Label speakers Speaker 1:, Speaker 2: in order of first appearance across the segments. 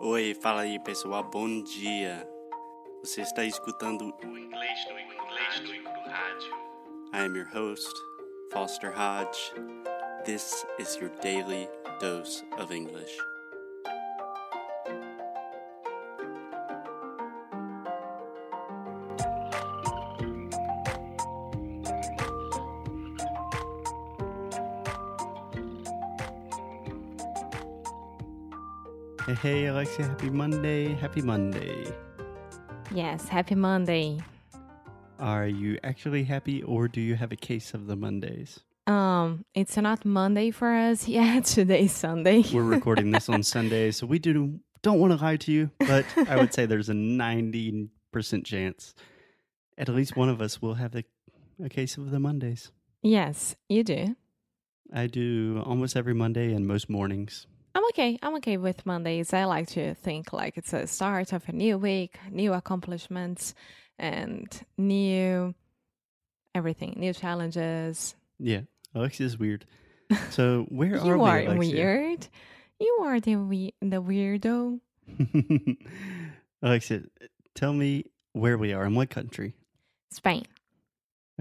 Speaker 1: Oi, fala aí pessoal, bom dia. Você está escutando o inglês do inglês do rádio. I am your host, Foster Hodge. This is your daily dose of English. Hey, hey, Alexia, happy Monday. Happy Monday.
Speaker 2: Yes, happy Monday.
Speaker 1: Are you actually happy or do you have a case of the Mondays?
Speaker 2: Um, it's not Monday for us yet. Today's Sunday.
Speaker 1: We're recording this on Sunday, so we do, don't want to lie to you, but I would say there's a 90% chance at least one of us will have the, a case of the Mondays.
Speaker 2: yes, you do.
Speaker 1: I do almost every Monday and most mornings.
Speaker 2: I'm okay. I'm okay with Mondays. I like to think like it's a start of a new week, new accomplishments, and new everything, new challenges.
Speaker 1: Yeah, Alexia's weird. So where are
Speaker 2: you
Speaker 1: we,
Speaker 2: are
Speaker 1: Alexia?
Speaker 2: weird. You are the we- the weirdo.
Speaker 1: Alexia, tell me where we are and what country.
Speaker 2: Spain,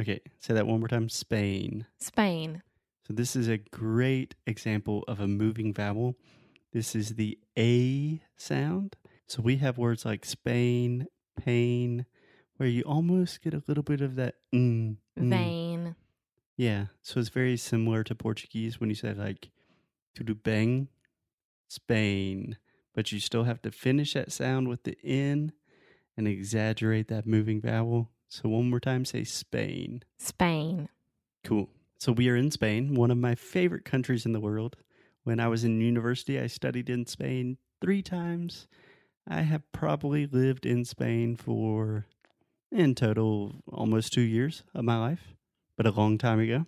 Speaker 1: Okay, say that one more time. Spain.
Speaker 2: Spain.
Speaker 1: So this is a great example of a moving vowel. This is the A sound. So we have words like Spain, pain, where you almost get a little bit of that mm, mm.
Speaker 2: Vain.
Speaker 1: Yeah. So it's very similar to Portuguese when you say like tudo bem, Spain, but you still have to finish that sound with the N and exaggerate that moving vowel. So one more time, say Spain.
Speaker 2: Spain.
Speaker 1: Cool. So we are in Spain, one of my favorite countries in the world. When I was in university, I studied in Spain three times. I have probably lived in Spain for, in total, almost two years of my life, but a long time ago.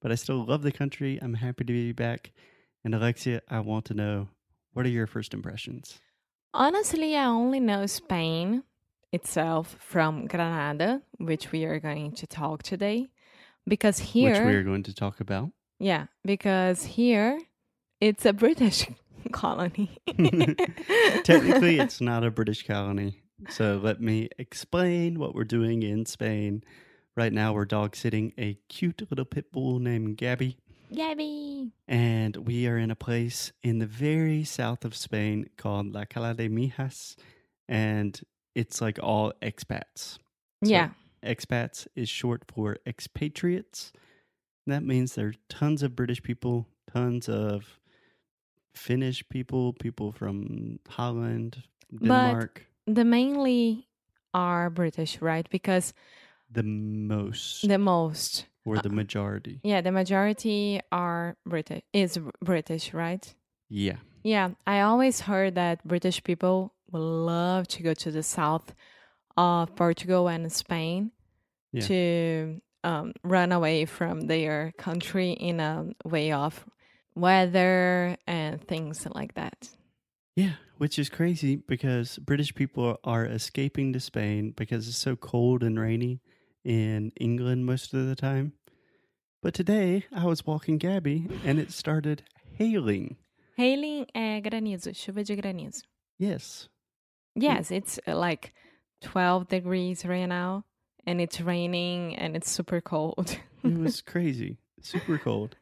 Speaker 1: But I still love the country. I'm happy to be back. And Alexia, I want to know what are your first impressions?
Speaker 2: Honestly, I only know Spain itself from Granada, which we are going to talk today. Because here,
Speaker 1: Which we are going to talk about.
Speaker 2: yeah, because here it's a British colony.
Speaker 1: Technically, it's not a British colony. So let me explain what we're doing in Spain. Right now, we're dog sitting a cute little pit bull named Gabby,
Speaker 2: Gabby.
Speaker 1: and we are in a place in the very south of Spain called La Cala de Mijas, and it's like all expats. So-
Speaker 2: yeah,
Speaker 1: Expats is short for expatriates. That means there are tons of British people, tons of Finnish people, people from Holland, Denmark.
Speaker 2: the mainly are British, right? Because
Speaker 1: the most
Speaker 2: the most,
Speaker 1: or the majority.
Speaker 2: yeah, the majority are British, is British, right?
Speaker 1: Yeah.
Speaker 2: Yeah, I always heard that British people would love to go to the south of Portugal and Spain
Speaker 1: Yeah.
Speaker 2: to um, run away from their country in a way of weather and things like that.
Speaker 1: Yeah, which is crazy because British people are escaping to Spain because it's so cold and rainy in England most of the time. But today I was walking Gabby and it started hailing.
Speaker 2: Hailing é granizo, chuva de granizo.
Speaker 1: Yes,
Speaker 2: Yes, it's uh, like 12 degrees right now and it's raining and it's super cold.
Speaker 1: It was crazy. Super cold.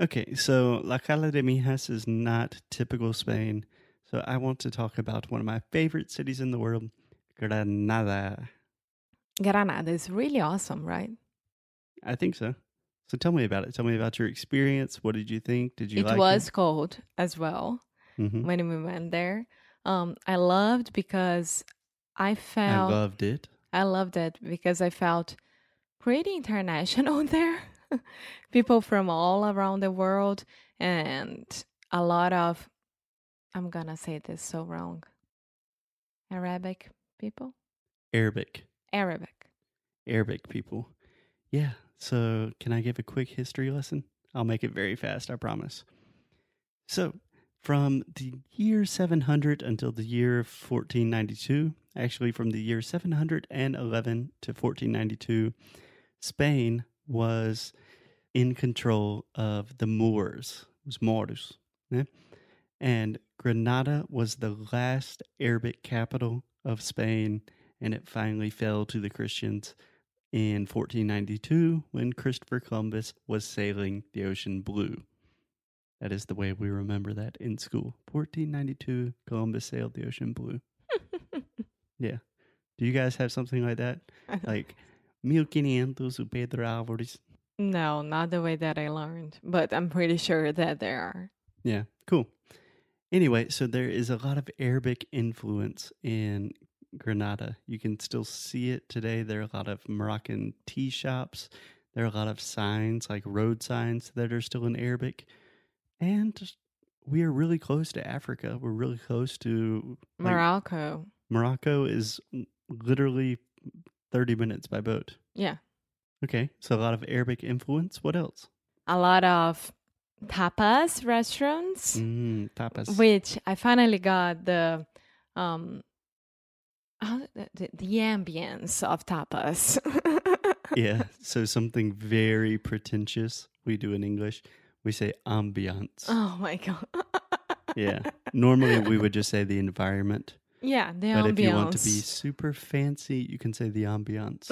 Speaker 1: Okay, so La Cala de Mijas is not typical Spain. So I want to talk about one of my favorite cities in the world, Granada.
Speaker 2: Granada is really awesome, right?
Speaker 1: I think so. So tell me about it. Tell me about your experience. What did you think? Did you
Speaker 2: it
Speaker 1: like
Speaker 2: was cold as well.
Speaker 1: it? Mhm.
Speaker 2: when we went there. Um, I loved because I
Speaker 1: I
Speaker 2: felt
Speaker 1: loved it.
Speaker 2: I loved it because I felt pretty international there. People from all around the world and a lot of I'm gonna say this so wrong. Arabic people,
Speaker 1: Arabic.
Speaker 2: Arabic.
Speaker 1: Arabic people. Yeah. So, can I give a quick history lesson? I'll make it very fast, I promise. So, from the year 700 until the year 1492, actually from the year 711 to 1492, Spain was in control of the Moors, was Moros, né? And Granada was the last Arabic capital of Spain, and it finally fell to the Christians in 1492 when Christopher Columbus was sailing the ocean blue. That is the way we remember that in school. 1492, Columbus sailed the ocean blue. yeah. Do you guys have something like that? Like, 1500 Pedro Alvarez.
Speaker 2: No, not the way that I learned, but I'm pretty sure that there are.
Speaker 1: Yeah, cool. Anyway, so there is a lot of Arabic influence in Granada. You can still see it today. There are a lot of Moroccan tea shops. There are a lot of signs, like road signs, that are still in Arabic. And we are really close to Africa. We're really close to like,
Speaker 2: Morocco.
Speaker 1: Morocco is literally 30 minutes by boat.
Speaker 2: Yeah.
Speaker 1: Okay, so a lot of Arabic influence. What else?
Speaker 2: A lot of tapas restaurants,
Speaker 1: Mm, tapas.
Speaker 2: which I finally got the um how- the, the, the ambience of tapas.
Speaker 1: yeah, so something very pretentious we do in English. We say ambiance.
Speaker 2: oh my god.
Speaker 1: Yeah. Normally, we would just say the environment.
Speaker 2: Yeah, the
Speaker 1: But
Speaker 2: ambience.
Speaker 1: if you want to be super fancy, you can say the ambiance.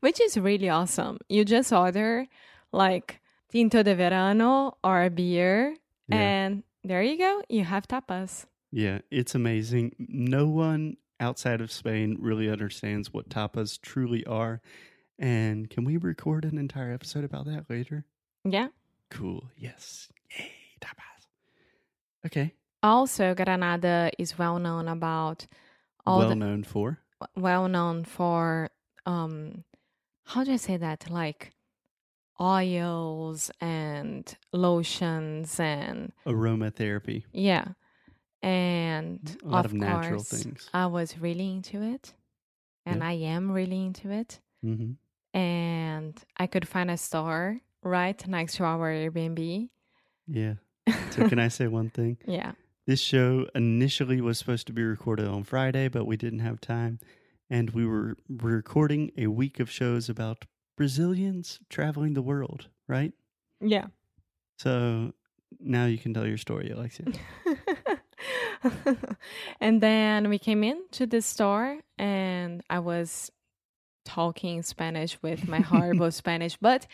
Speaker 2: Which is really awesome. You just order like Tinto de Verano or a beer,
Speaker 1: Yeah.
Speaker 2: and there you go. You have tapas.
Speaker 1: yeah, it's amazing. No one outside of Spain really understands what tapas truly are. And can we record an entire episode about that later?
Speaker 2: Yeah.
Speaker 1: Cool. Yes. Yay, tapas. Okay.
Speaker 2: Also, Granada is well known about all
Speaker 1: well
Speaker 2: the
Speaker 1: known for.
Speaker 2: well known for um how do I say that? Like oils and lotions and
Speaker 1: aromatherapy.
Speaker 2: yeah. And
Speaker 1: A lot
Speaker 2: of,
Speaker 1: of, natural
Speaker 2: course,
Speaker 1: things.
Speaker 2: I was really into it, and
Speaker 1: Yeah.
Speaker 2: I am really into it.
Speaker 1: hmm
Speaker 2: And I could find a store right next to our Airbnb.
Speaker 1: Yeah. So, can I say one thing?
Speaker 2: yeah,
Speaker 1: This show initially was supposed to be recorded on Friday, but we didn't have time. And we were recording a week of shows about Brazilians traveling the world, right?
Speaker 2: yeah.
Speaker 1: So, now you can tell your story, Alexia.
Speaker 2: and then we came in to the store, and I was talking Spanish with my horrible Spanish, but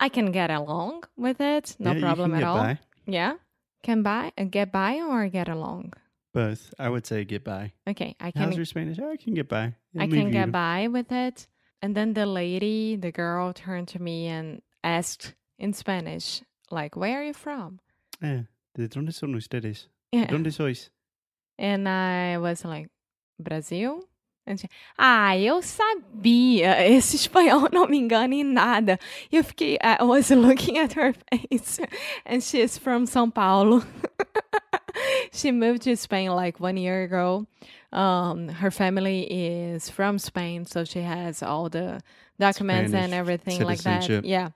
Speaker 2: I can get along with it. No
Speaker 1: Yeah, you
Speaker 2: problem
Speaker 1: can
Speaker 2: at
Speaker 1: get
Speaker 2: all.
Speaker 1: by.
Speaker 2: Yeah, can buy, uh, get by, or get along.
Speaker 1: Both. I would say get by.
Speaker 2: Okay, I can
Speaker 1: How's your Spanish? Oh, I can get by.
Speaker 2: I
Speaker 1: It'll leave
Speaker 2: can get
Speaker 1: you.
Speaker 2: by with it. And then the lady, the girl turned to me and asked in Spanish, like, where are you from?
Speaker 1: Eh, ¿De dónde son ustedes?
Speaker 2: Yeah.
Speaker 1: ¿Dónde sois?
Speaker 2: And I was like, Brasil? And she, ah, eu sabia. Esse espanhol não me engana em nada. E Eu fiquei, ah, I was looking at her face. And she is from São Paulo. she moved to Spain like one year ago. Um, her family is from Spain, so she has all the documents and
Speaker 1: Spanish
Speaker 2: everything like that.
Speaker 1: citizenship.
Speaker 2: Yeah.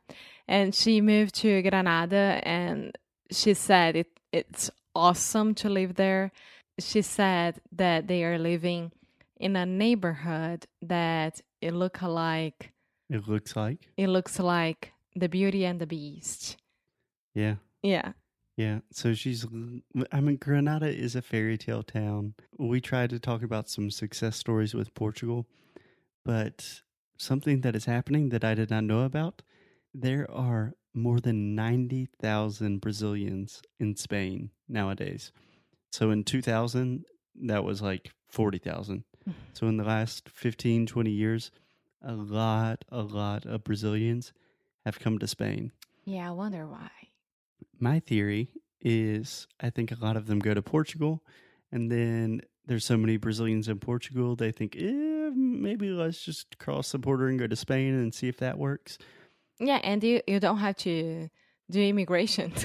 Speaker 2: And she moved to Granada and she said it it's awesome to live there. She said that they are living in a neighborhood that it look alike
Speaker 1: It looks like.
Speaker 2: it looks like the beauty and the beast.
Speaker 1: Yeah.
Speaker 2: Yeah.
Speaker 1: Yeah, so she's. I mean, Granada is a fairy tale town. We tried to talk about some success stories with Portugal, but something that is happening that I did not know about there are more than 90,000 Brazilians in Spain nowadays. So in 2000, that was like 40,000. So in the last 15, 20 years, a lot, a lot of Brazilians have come to Spain.
Speaker 2: Yeah, I wonder why.
Speaker 1: My theory is I think a lot of them go to Portugal, and then there's so many Brazilians in Portugal, they think, eh, maybe let's just cross the border and go to Spain and see if that works.
Speaker 2: Yeah, and you, you don't have to do immigration.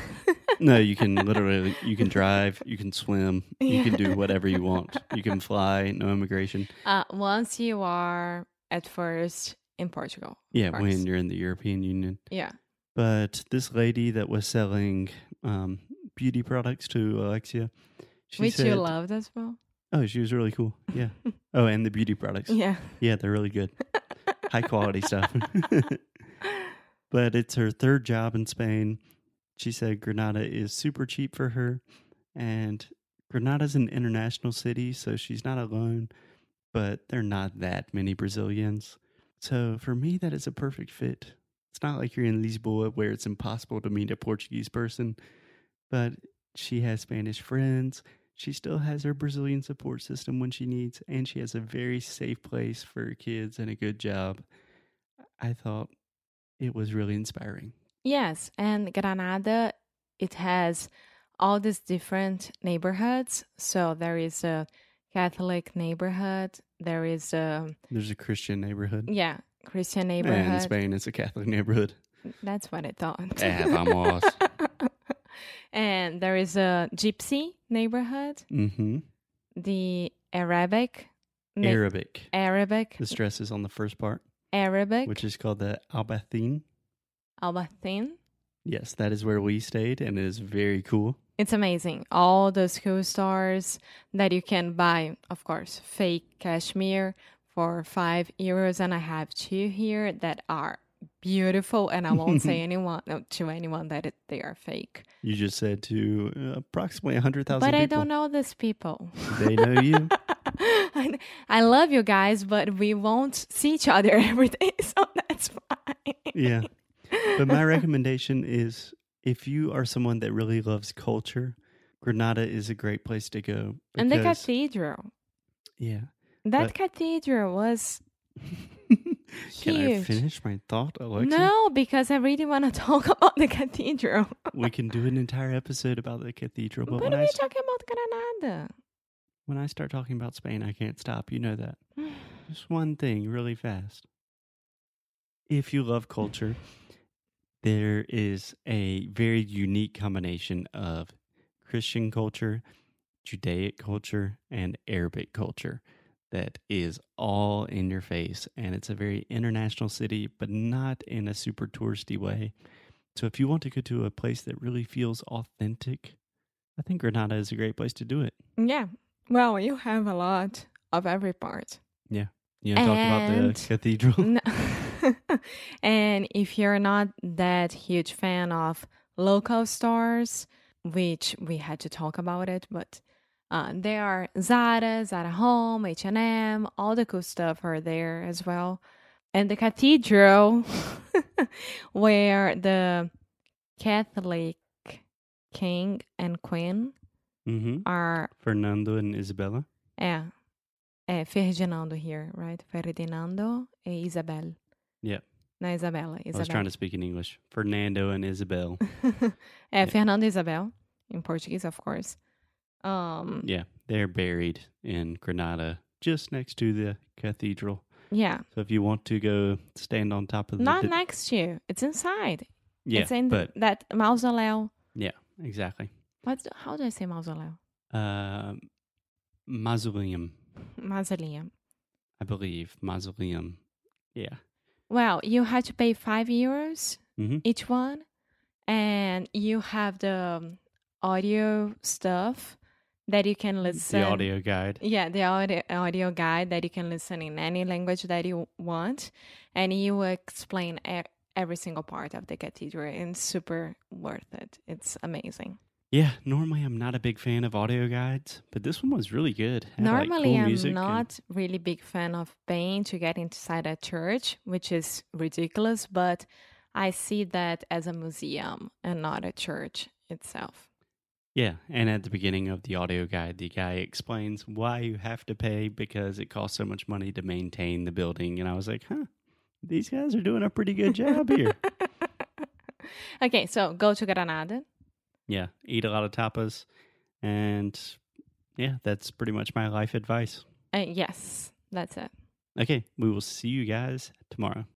Speaker 1: No, you can literally, you can drive, you can swim, you can do whatever you want. You can fly, no immigration.
Speaker 2: uh, once you are at first in Portugal.
Speaker 1: Yeah,
Speaker 2: Of course.
Speaker 1: when you're in the European Union.
Speaker 2: Yeah.
Speaker 1: But this lady that was selling um, beauty products to Alexia, she
Speaker 2: Which
Speaker 1: said,
Speaker 2: you loved as well.
Speaker 1: oh, she was really cool. Yeah. Oh, and the beauty products.
Speaker 2: Yeah.
Speaker 1: Yeah, they're really good. High quality stuff. but it's her third job in Spain. She said Granada is super cheap for her. And Granada's an international city, so she's not alone, but there are not that many Brazilians. So for me, that is a perfect fit. It's not like you're in Lisboa where it's impossible to meet a Portuguese person, but she has Spanish friends. She still has her Brazilian support system when she needs, and she has a very safe place for her kids and a good job. I thought it was really inspiring.
Speaker 2: Yes, and Granada, it has all these different neighborhoods. So there is a Catholic neighborhood, there is a
Speaker 1: There's a Christian neighborhood.
Speaker 2: yeah, Christian
Speaker 1: And in
Speaker 2: neighborhood.
Speaker 1: Spain, it's a Catholic neighborhood.
Speaker 2: That's what I thought.
Speaker 1: Eh, vamos.
Speaker 2: and there is a gypsy neighborhood,
Speaker 1: hmm
Speaker 2: the Arabic na-
Speaker 1: Arabic.
Speaker 2: Arabic
Speaker 1: The stress is on the first part,
Speaker 2: Arabic
Speaker 1: which is called the Albathine.
Speaker 2: Albatin.
Speaker 1: Yes, that is where we stayed, and it is very cool.
Speaker 2: It's amazing. All those cool stars that you can buy, of course, fake cashmere for five euros. And I have two here that are beautiful. And I won't say anyone no, to anyone that it, they are fake.
Speaker 1: You just said to uh, approximately 100,000
Speaker 2: But
Speaker 1: people.
Speaker 2: I don't know these people.
Speaker 1: They know you.
Speaker 2: I, I love you guys, but we won't see each other every day. So that's fine.
Speaker 1: yeah. But my recommendation is if you are someone that really loves culture, Granada is a great place to go.
Speaker 2: and the
Speaker 1: because-
Speaker 2: cathedral.
Speaker 1: Yeah.
Speaker 2: That cathedral was
Speaker 1: Can I
Speaker 2: Huge.
Speaker 1: finish my thought, Alexa?
Speaker 2: no, because I really want to talk about the cathedral.
Speaker 1: We can do an entire episode about the cathedral, but
Speaker 2: what
Speaker 1: when
Speaker 2: are
Speaker 1: I,
Speaker 2: we
Speaker 1: s-
Speaker 2: talking about Granada?
Speaker 1: when I start talking about Spain, I can't stop. You know that. Just one thing really fast. If you love culture, there is a very unique combination of Christian culture, Judaic culture, and Arabic culture that is all in your face. And it's a very international city, but not in a super touristy way. So if you want to go to a place that really feels authentic, I think Granada is a great place to do it.
Speaker 2: Yeah. Well, you have a lot of every part.
Speaker 1: You know, talk about
Speaker 2: And-
Speaker 1: the cathedral.
Speaker 2: No. and if you're not that huge fan of local stars, which we had to talk about it, but uh, there are Zara, Zara Home, H and M, all the cool stuff are there as well, and the cathedral where the Catholic king and queen
Speaker 1: hmm
Speaker 2: are
Speaker 1: Fernando and Isabella.
Speaker 2: É. É Ferdinando here, right? Ferdinando e Isabel.
Speaker 1: Yeah.
Speaker 2: Não, Isabela.
Speaker 1: I was trying
Speaker 2: Isabel.
Speaker 1: to speak in English. Fernando and Isabel.
Speaker 2: é, Fernando e Isabel. In Portuguese, of course. Um,
Speaker 1: yeah, they're buried in Granada, just next to the cathedral.
Speaker 2: yeah.
Speaker 1: So if you want to go stand on top of the,
Speaker 2: Not
Speaker 1: di-
Speaker 2: next to you. It's inside.
Speaker 1: yeah,
Speaker 2: it's in
Speaker 1: but
Speaker 2: that mausoleo.
Speaker 1: exactly,
Speaker 2: What, how do I say mausoleo?
Speaker 1: Um mausoleum,
Speaker 2: Mausoleum.
Speaker 1: I believe mausoleum. Yeah,
Speaker 2: Well, you had to pay five euros
Speaker 1: Mhm.
Speaker 2: each one, and you have the um, audio stuff that you can listen.
Speaker 1: the audio guide.
Speaker 2: Yeah, the audio, audio guide that you can listen in any language that you want, and you will explain e- every single part of the cathedral, and super worth it. It's amazing.
Speaker 1: Yeah, normally I'm not a big fan of audio guides, but this one was really good. Had, like,
Speaker 2: Normally,
Speaker 1: cool music
Speaker 2: I'm
Speaker 1: and-
Speaker 2: not really big fan of paying to get inside a church, which is ridiculous, but I see that as a museum and not a church itself.
Speaker 1: Yeah, and at the beginning of the audio guide, the guy explains why you have to pay because it costs so much money to maintain the building. And I was like, huh, these guys are doing a pretty good job here.
Speaker 2: okay, so go to Granada.
Speaker 1: yeah, eat a lot of tapas. And yeah, that's pretty much my life advice.
Speaker 2: Uh, yes, that's it.
Speaker 1: Okay, we will see you guys tomorrow.